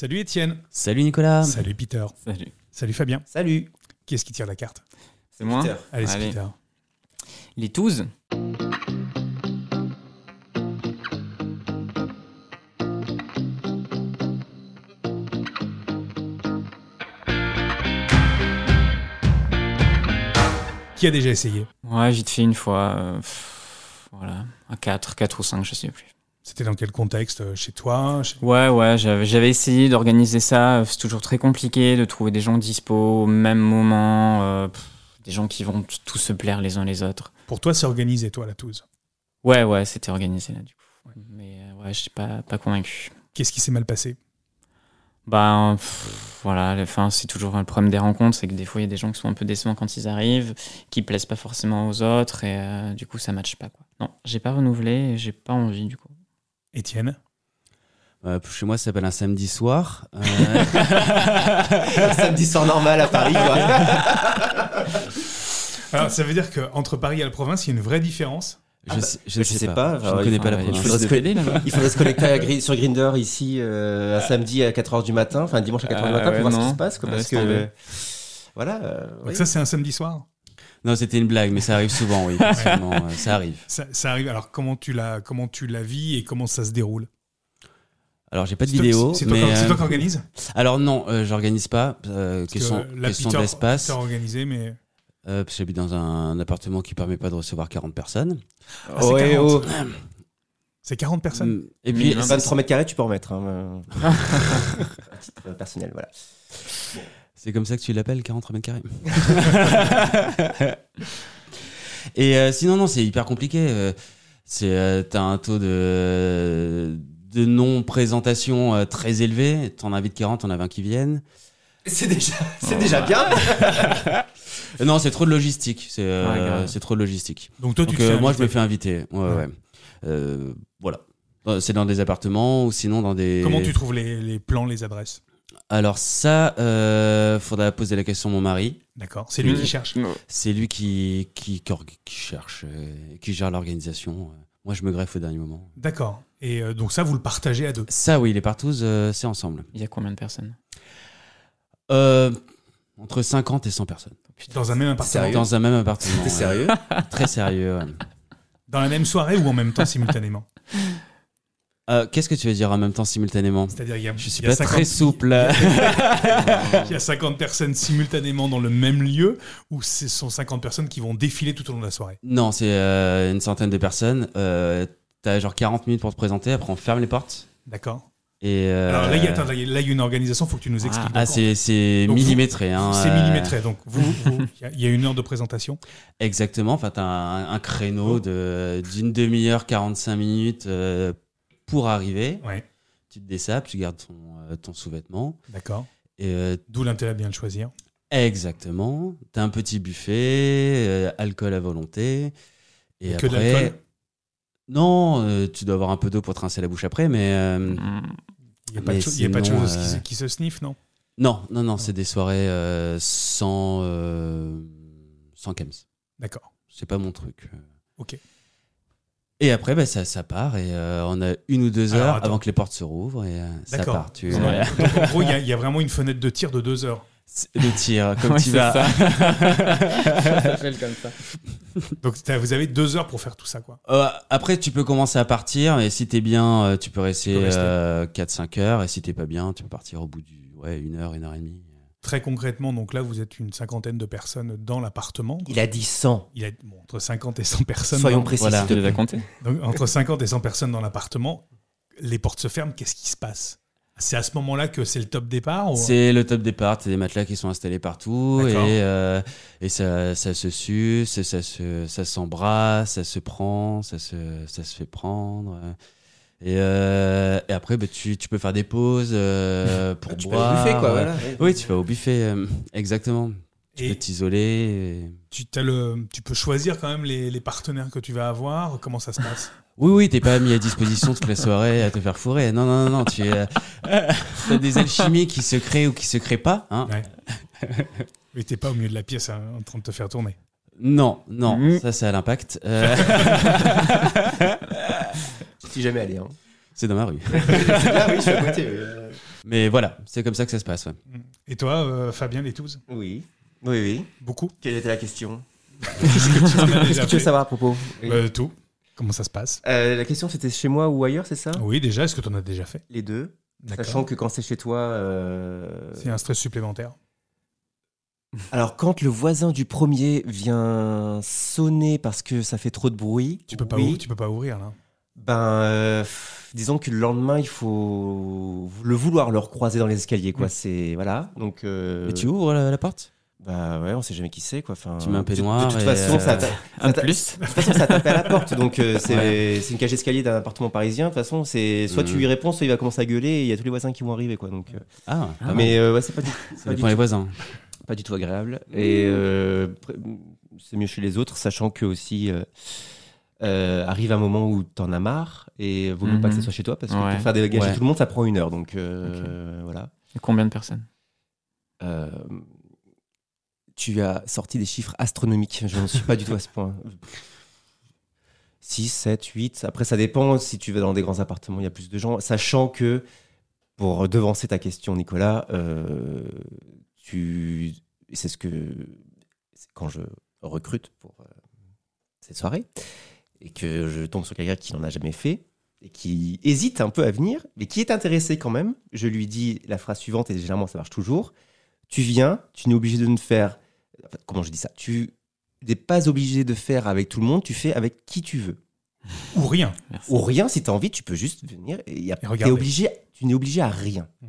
Salut Étienne. Salut Ah. Nicolas. Salut Peter. Salut. Salut Fabien. Salut. Qui est-ce qui tire la carte C'est moi Peter. Allez, c'est Allez. Peter. Les Touzes Qui a déjà essayé Ouais, vite fait une fois. euh, pff, voilà. À 4, 4 ou 5, je sais plus. C'était dans quel contexte euh, Chez toi chez- Ouais, ouais, j'avais j'avais essayé d'organiser ça. euh, C'est toujours très compliqué de trouver des gens dispo au même moment. euh, pff, des gens qui vont t- tous se plaire les uns les autres. Pour toi, c'est organisé, toi, la touze. Ouais, ouais, c'était organisé là, du coup. Ouais. Mais euh, ouais, je suis pas, pas convaincu. Qu'est-ce qui s'est mal passé Ben, pff, voilà, la fin, c'est toujours le problème des rencontres, c'est que des fois, il y a des gens qui sont un peu décevants quand ils arrivent, qui plaisent pas forcément aux autres, et euh, du coup, ça matche pas, quoi. Non, j'ai pas renouvelé, et j'ai pas envie, du coup. Étienne Euh, chez moi, ça s'appelle un samedi soir. Euh, un samedi soir normal à Paris. quoi. Alors, ça veut dire qu'entre Paris et la province, il y a une vraie différence. Je, sais- je je ne sais pas, Je enfin, ne connais il pas la Enfin, province. Il faut se coller, là-bas. Il faudrait se connecter à Gri- sur Grinder ici euh, un samedi à 4h du matin, enfin un dimanche à 4h Ah, du matin ouais, pour voir ce non. qui se passe. Quoi, Ouais, parce c'est que. tombé. euh, voilà. euh, Donc oui. ça, c'est un samedi soir. Non, c'était une blague, mais ça arrive souvent, oui. effectivement, euh, ça arrive. Ça, ça arrive. Alors, comment tu la, comment tu la vis et comment ça se déroule Alors, j'ai pas de C'est toi- vidéo. C'est toi, mais, qui- c'est toi euh, qui organise Alors, non, euh, j'organise pas. euh, question question d'espace. organisé, mais Euh, parce que j'habite dans un appartement qui permet pas de recevoir 40 personnes. c'est Ouais, 40. c'est 40 personnes. Mm, Et puis, Minimum. ça- 23 mètres carrés, tu peux en mettre. Hein, euh, à titre euh, personnel, voilà. C'est comme ça que tu l'appelles, 40 mètres carrés. Et euh, sinon, non, c'est hyper compliqué. euh, C'est, euh, t'as un taux de, de non-présentation euh, très élevé. T'en invites 40, t'en as 20 qui viennent. C'est déjà, c'est déjà bien. Euh, non, c'est trop de logistique. C'est, euh, Ouais, grave. c'est trop de logistique. Donc toi, tu Donc, te euh, fais moi, je me inviter. fais inviter. Ouais, ouais. Euh, voilà. Euh, C'est dans des appartements ou sinon dans des. Comment tu trouves les, les plans, les adresses Alors, ça, euh, faudra poser la question à mon mari. D'accord. C'est lui Mm. qui cherche. C'est lui qui, qui, qui, or- qui cherche, euh, qui gère l'organisation. Moi, je me greffe au dernier moment. D'accord. Et euh, donc ça, vous le partagez à deux. Ça, oui, les partous, euh, c'est ensemble. Il y a combien de personnes Euh, entre 50 et 100 personnes. Dans un même appartement. Sérieux Dans un même appartement. T'es ouais. sérieux Très sérieux. ouais. Dans la même soirée ou en même temps simultanément Euh, Qu'est-ce que tu veux dire en même temps simultanément C'est-à-dire il y a, Je suis il y a pas 50 très souple. là. Il y a 50 personnes simultanément dans le même lieu ou ce sont 50 personnes qui vont défiler tout au long de la soirée non, c'est euh, une centaine de personnes. Euh, T'as genre 40 minutes pour te présenter. Après, on ferme les portes. D'accord Et, euh, Alors là, il y a, attends, là, il y a- là, il y a une organisation, il faut que tu nous expliques. Ah, Donc, c'est c'est Donc, vous- millimétré. hein, C'est euh, millimétré, donc vous, vous- il y a- il y, a une heure de présentation. Exactement, enfin, t'as un, un créneau de- d'une demi-heure, 45 minutes euh, pour arriver. Ouais, Tu te dessapes, tu gardes ton, euh, ton sous-vêtement. d'accord. Et, euh, D'où l'intérêt de bien le choisir. exactement, t'as un petit buffet, euh, alcool à volonté. Et Et que après, de l'alcool Non, euh, tu dois avoir un peu d'eau pour trincer la bouche après, mais euh, Ah. Hmm. Il n'y a pas de, Mais cho- il y a pas de sinon, choses qui, se- euh, qui se sniffent, non non, non, non, Ah. c'est des soirées euh, sans, euh, sans chems. D'accord. c'est pas mon truc. Ok. Et après, bah, ça, ça part et euh, on a une ou deux Alors, heures attends. avant que les portes se rouvrent et euh, ça D'accord. part. Tu, Donc, Ouais. donc, en gros, il y, a- il y a vraiment une fenêtre de tir de deux heures. C'est le tir, comme Ouais, tu c'est vas. Ça s'appelle comme ça. Donc t'as- vous avez deux heures pour faire tout ça, quoi. Euh, après, tu peux commencer à partir et si t'es bien, euh, tu peux rester, Tu peux rester. euh, 4-5 heures et si t'es pas bien, tu peux partir au bout du ouais, une heure, une heure et demie. Très concrètement, donc là, vous êtes une cinquantaine de personnes dans l'appartement. Il a dit 100. Il y a bon, entre 50 et 100 personnes. Soyons dans- précis. Voilà. s'il te Tu plaît. les as comptés Donc, entre 50 et 100 personnes dans l'appartement, les portes se ferment, qu'est-ce qui se passe C'est à ce moment-là que c'est le top départ ou- C'est le top départ, t'as des matelas qui sont installés partout et, D'accord. euh, et ça, ça se suce, ça se, ça s'embrasse, ça se prend, ça se, ça se fait prendre. Et, euh, et après, bah, tu, tu peux faire des pauses euh, pour Ah, Bah, Tu peux boire. bouffer, quoi. Voilà. Oui, tu vas au buffet, euh, exactement. Tu peux Et t'isoler. et- tu, t'as le, tu peux choisir quand même les, les partenaires que tu vas avoir Comment ça se passe Oui, oui, t'es pas mis à disposition toute la soirée à te faire fourrer. Non, non, non, non, tu es, euh, t'as des alchimies qui se créent ou qui se créent pas. Hein. Ouais. Mais t'es pas au milieu de la pièce hein, en train de te faire tourner. Non, non, Mm. Mhm. ça, c'est à l'impact. Euh, Je suis jamais allé. Hein. c'est dans ma rue. Ah Là, oui, je suis à côté. euh. Mais voilà, c'est comme ça que ça se passe. ouais. Et toi, euh, Fabien Létouze Oui. Oui, oui. Beaucoup Quelle était la question Qu'est-ce que tu en as Qu'est-ce déjà que tu veux fait savoir à propos Oui. Euh, Tout. Comment ça se passe Euh, La question, c'était chez moi ou ailleurs, c'est ça Oui, déjà, est-ce que tu en as déjà fait Les deux. Sachant D'accord. que quand c'est chez toi. euh, C'est un stress supplémentaire. Alors, quand le voisin du premier vient sonner parce que ça fait trop de bruit. Tu peux pas, oui, ou- tu peux pas ouvrir là. Ben, euh, pff, disons que le lendemain, il faut le vouloir le recroiser dans les escaliers, quoi. Mm. C'est voilà. Donc, euh, Mais tu ouvres la, la porte bah ouais, on sait jamais qui c'est, quoi. Enfin, Tu mets un de- peignoir De, toute et, façon, euh, ça t'a- Un plus de toute façon, ça tape à la porte. Donc, euh, c'est c'est une cage d'escalier d'un appartement parisien. De toute façon, c'est soit tu Mm. lui réponds, soit il va commencer à gueuler. Et il y a tous les voisins qui vont arriver, quoi. Donc, euh, Ah, pas mal. mais euh, ouais, c'est pas du, ça pas du dépend les voisins. pas du tout agréable. Et euh, pr- c'est mieux chez les autres, sachant que aussi euh, euh, arrive un moment où t'en as marre et vaut mieux pas Mhm. que ça soit chez toi parce que Ouais. pour faire dégager Ouais. tout le monde, ça prend une heure. Donc euh, voilà. Combien de personnes Euh, tu as sorti des chiffres astronomiques. Je ne suis pas du tout à ce point. 6, 7, 8. Après, ça dépend. Si tu vas dans des grands appartements, il y a plus de gens. Sachant que, pour devancer ta question, Nicolas, euh, tu... c'est ce que. c'est Quand je recrute pour euh, cette soirée et que je tombe sur quelqu'un qui n'en a jamais fait et qui hésite un peu à venir, mais qui est intéressé quand même, je lui dis la phrase suivante, et généralement ça marche toujours tu viens, tu n'es obligé de ne faire. enfin, comment je dis ça Tu n'es pas obligé de faire avec tout le monde, tu fais avec qui tu veux. Ou rien. Merci. Ou rien, si tu as envie, tu peux juste venir et, y a- Et t'es regarder. obligé, tu n'es obligé à rien. Mm.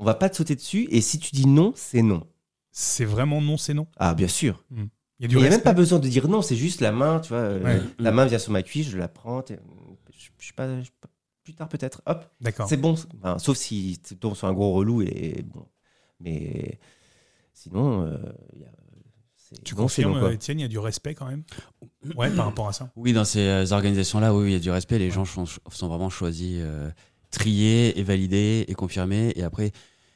On va pas te sauter dessus, et si tu dis non, c'est non. C'est vraiment non, c'est non. Ah, bien sûr. Il y a Il du n'y a respect. même pas besoin de dire non, c'est juste la main, tu vois. euh, Ouais. La main vient sur ma cuisse, je la prends, t'es- je, je sais pas, je sais pas, plus tard peut-être, hop, D'accord. C'est bon, Enfin, sauf si tu tombes sur un gros relou et bon. Mais sinon, euh, y a- c'est- Tu non, c'est confirmes, non, quoi. euh, Étienne, il y a du respect quand même Ouais, par rapport à ça. Oui, dans ces euh, organisations-là, oui, oui, il y a du respect. Les gens sont, sont vraiment choisis, euh, triés et validés et confirmés. Et après,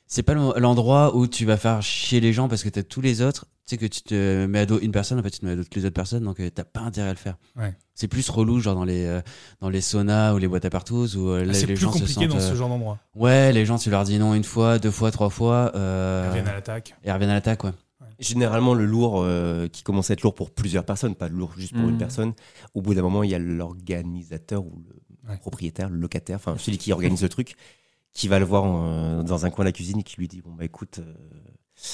c'est pas l'en- l'endroit où tu vas faire chier les gens parce que t'as tous les autres. Tu sais que tu te mets à dos une personne, en fait, tu te mets à dos toutes les autres personnes, donc euh, t'as pas intérêt à le faire. Ouais. C'est plus relou, genre dans les, euh, dans les saunas ou les boîtes à partous où euh, là, Ah, c'est les plus gens se compliqué sentent. dans ce euh, genre d'endroit. Ouais, les gens, tu leur dis non une fois, deux fois, trois fois. euh, Ils viennent à l'attaque. et ils reviennent à l'attaque, quoi. Généralement, le lourd euh, qui commence à être lourd pour plusieurs personnes, pas lourd juste pour Mhm. une personne, au bout d'un moment, il y a l'organisateur ou le Ouais. propriétaire, le locataire, enfin celui qui organise le truc, qui va le voir en- dans un coin de la cuisine et qui lui dit Bon, bah écoute, euh, ça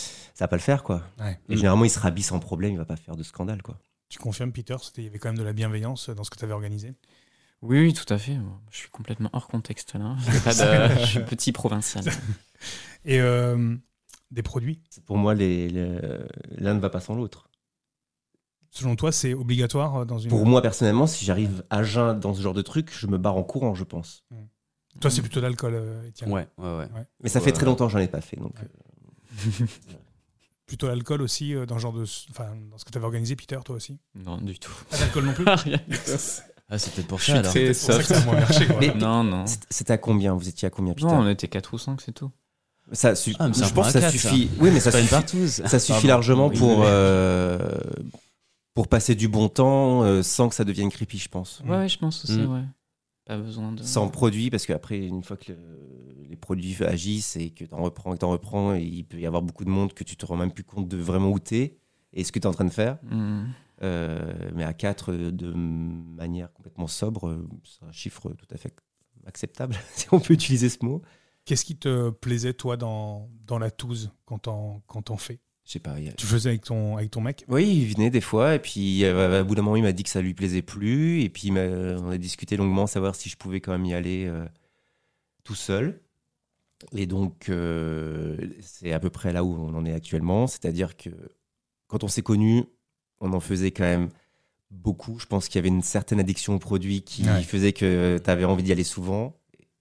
va pas le faire, quoi. Ouais. Et Mhm. généralement, il se rabille sans problème, il va pas faire de scandale, quoi. Tu confirmes, Peter, c'était- il y avait quand même de la bienveillance dans ce que tu avais organisé. Oui, oui, tout à fait. Bon, Je suis complètement hors contexte là. J'ai pas de- Je suis petit provincial. Et euh, des produits, C'est Pour moi, les- les- l'un ne va pas sans l'autre. selon toi, c'est obligatoire euh, dans une. Pour moi, personnellement, si j'arrive à jeun dans ce genre de truc, je me barre en courant, je pense. Toi, c'est plutôt l'alcool, euh, Étienne. Ouais, ouais, ouais. Mais ça Ouais. fait très longtemps que j'en ai pas fait. Donc, euh, Ouais. Plutôt l'alcool aussi euh, dans le genre de. Enfin, dans ce que tu avais organisé, Peter, toi aussi. Non, du tout. Pas d'alcool non plus. Rien. Ah, c'est peut-être pour Chut, ça, alors. c'est pour ça que ça a moins marché, quoi. Mais- Non, non. euh, c'est- C'était à combien Vous étiez à combien, Peter Non, on était 4 ou 5, c'est tout. ça, su- Ah, mais c'est un Je pense que ça point à quatre, suffit. Oui, mais ça C'est pas une suffit, partouze. ça suffit Pardon. largement Oui, pour, mais- euh, pour passer du bon temps euh, sans que ça devienne creepy, je pense. Mm. Ouais, ouais, je pense aussi, Mm. ouais. Pas besoin de. Sans produit, parce qu'après, une fois que le- les produits agissent et que t'en reprends, que t'en reprends, et il peut y avoir beaucoup de monde que tu te rends même plus compte de vraiment où t'es et ce que t'es en train de faire. Mm. Euh, mais à 4 de manière complètement sobre, euh, c'est un chiffre tout à fait acceptable, si on peut utiliser ce mot. Qu'est-ce qui te plaisait, toi, dans, dans la touze quand t'en quand t'en fais Je sais pas. il y a- Tu faisais avec ton, avec ton mec Oui, il venait des fois, et puis euh, à bout d'un moment, il m'a dit que ça lui plaisait plus, et puis il m'a- on a discuté longuement, savoir si je pouvais quand même y aller euh, tout seul. Et donc, euh, c'est à peu près là où on en est actuellement, c'est-à-dire que quand on s'est connus, on en faisait quand même beaucoup. Je pense qu'il y avait une certaine addiction au produit qui Ouais. faisait que tu avais envie d'y aller souvent.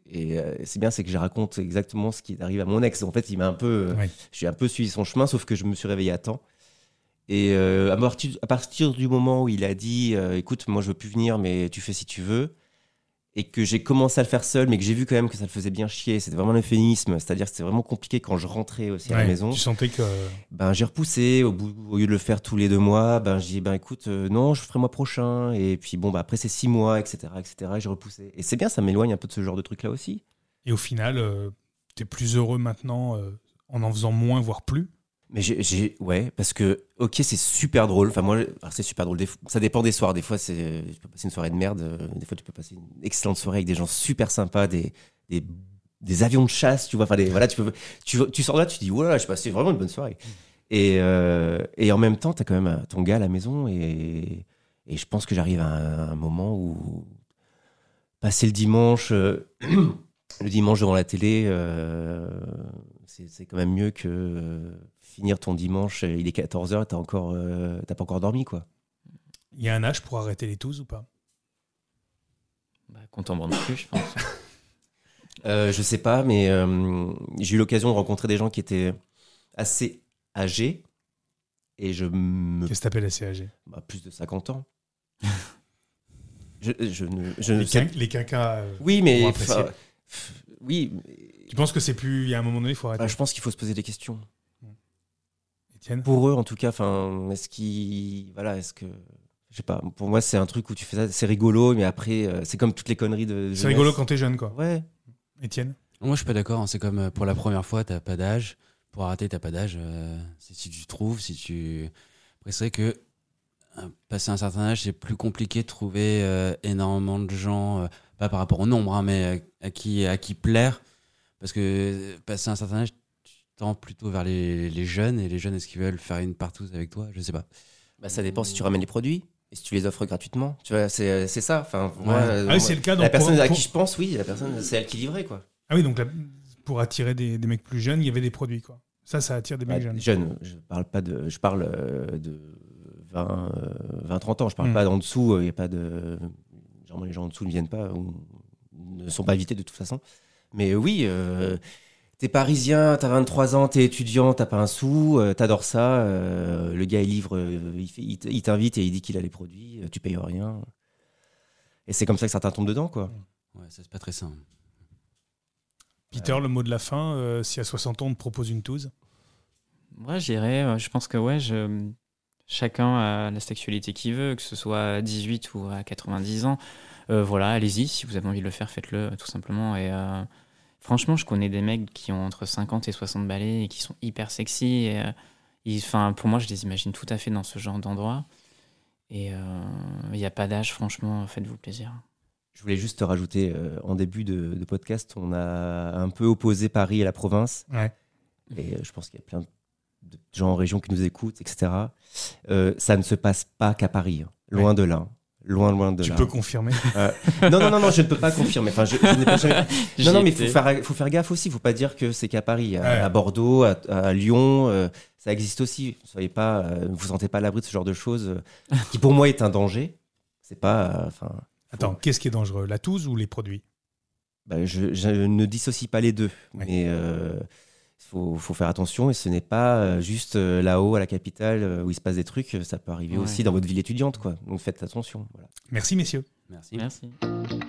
Et euh, c'est bien, c'est que je raconte exactement ce qui arrive à mon ex. En fait, il m'a un peu, euh, Ouais. j'ai un peu suivi son chemin, sauf que je me suis réveillé à temps. Et euh, à, partir, à partir du moment où il a dit, euh, écoute, moi je veux plus venir, mais tu fais si tu veux, et que j'ai commencé à le faire seul, mais que j'ai vu quand même que ça le faisait bien chier. C'était vraiment un euphémisme, c'est-à-dire que c'était vraiment compliqué quand je rentrais aussi à Ouais, la maison. Tu sentais que. Ben, j'ai repoussé. Au, bout, au lieu de le faire tous les deux mois, ben, j'ai dit, ben, écoute, euh, non, je ferai mois prochain. Et puis, bon, ben, après, c'est six mois, etc., etc., et j'ai repoussé. Et c'est bien, ça m'éloigne un peu de ce genre de truc-là aussi. Et au final, euh, t'es plus heureux maintenant euh, en en faisant moins, voire plus Mais j'ai- j'ai. Ouais, parce que, ok, c'est super drôle. Enfin, moi, alors, c'est super drôle. Des fois- ça dépend des soirs. Des fois, c'est, euh, tu peux passer une soirée de merde. euh, Des fois, tu peux passer une excellente soirée avec des gens super sympas, des, des, des avions de chasse, tu vois. Enfin, des- voilà, tu, peux, tu, tu sors de là, tu dis, ouais, j'ai passé vraiment une bonne soirée. Et, euh, et en même temps, t'as quand même un- ton gars à la maison. Et, et je pense que j'arrive à un, un moment où passer le dimanche, euh, le dimanche devant la télé, euh, c'est c'est quand même mieux que euh, finir ton dimanche, euh, il est 14h, t'as encore, euh, t'as pas encore dormi, quoi. Il y a un âge pour arrêter les tous ou pas Bah, qu'on t'en bande plus, je pense. Euh, je sais pas, mais euh, j'ai eu l'occasion de rencontrer des gens qui étaient assez âgés, et je me... Qu'est-ce que t'appelles la CAG bah, plus de 50 ans. je, je ne... je ne Les, sais- quin- les quinquas. euh, Oui, mais... Pour apprécier. enfin, pff, oui, mais- Tu penses que c'est plus. Il y a un moment donné, il faut bah, arrêter. je pense qu'il faut se poser des questions. Étienne pour eux en tout cas enfin est-ce qu'ils voilà est-ce que je sais pas pour moi c'est un truc où tu fais ça c'est rigolo mais après euh, c'est comme toutes les conneries de C'est jeunesse. rigolo quand t'es jeune, quoi. ouais Étienne Moi, je suis pas d'accord. hein. C'est comme euh, pour la première fois, t'as pas d'âge. Pour arrêter, t'as pas d'âge. euh, c'est si tu trouves, si tu. Après, c'est vrai que euh, passer un certain âge, c'est plus compliqué de trouver euh, énormément de gens, euh, pas par rapport au nombre, hein, mais à, à qui à qui plaire, parce que euh, passer un certain âge, tu tends plutôt vers les, les jeunes et les jeunes, est-ce qu'ils veulent faire une partouze avec toi Je sais pas. bah ça dépend si tu ramènes les produits et si tu les offres gratuitement tu vois c'est euh, c'est ça enfin pour moi, Ouais. euh, Ah oui, moi, c'est le cas. la Donc, pour- personne à pour- qui je pense oui la personne c'est elle qui livrait quoi Ah oui, donc la- pour attirer des, des mecs plus jeunes, il y avait des produits, quoi. Ça, ça attire des mecs Bah, jeunes. jeune je parle pas de je parle euh, de 20 euh, 20 30 ans je parle Hmm. pas d'en dessous il y a pas de généralement les gens en dessous ne viennent pas ou ne sont pas invités de toute façon mais oui euh, t'es parisien t'as 23 ans t'es étudiant t'as pas un sou euh, t'adores ça euh, le gars il livre euh, il, fait- il t- il t'invite et il dit qu'il a les produits euh, tu payes rien et c'est comme ça que certains tombent dedans quoi Ouais, ça c'est pas très sain. Peter, le mot de la fin, euh, si à 60 ans on te propose une touze, Moi, j'irais. euh, Je pense que ouais, je... chacun a la sexualité qu'il veut, que ce soit à 18 ou à 90 ans. Euh, voilà, allez-y. Si vous avez envie de le faire, faites-le euh, tout simplement. Et euh, franchement, je connais des mecs qui ont entre 50 et 60 balais et qui sont hyper sexy. Et, euh, ils- 'fin, pour moi, je les imagine tout à fait dans ce genre d'endroit. Et euh, il n'y a pas d'âge, franchement, faites-vous plaisir. Je voulais juste te rajouter, euh, en début de, de podcast, on a un peu opposé Paris et la province. Ouais. Et euh, je pense qu'il y a plein de gens en région qui nous écoutent, etc. Euh, ça ne se passe pas qu'à Paris, hein. loin de là. hein. Loin, loin de tu là. peux confirmer. non, non, non, non, je ne peux pas confirmer. Enfin, je, je n'ai pas jamais- Non, J'y non, mais étais. il faut faire, faut faire gaffe aussi. Il ne faut pas dire que c'est qu'à Paris. À, Ouais. à Bordeaux, à, à Lyon, euh, ça existe aussi. Soyez pas, euh, ne vous sentez pas à l'abri de ce genre de choses euh, qui, pour moi, est un danger. C'est pas. euh, Enfin, Attends, qu'est-ce qui est dangereux La touze ou les produits Bah, je, je ne dissocie pas les deux, Ouais. mais il faut, faut faire attention et ce n'est pas euh, juste euh, là-haut à la capitale euh, où il se passe des trucs, euh, ça peut arriver Ouais. aussi dans votre ville étudiante, quoi. Donc faites attention. voilà. Merci, messieurs. Merci. Merci.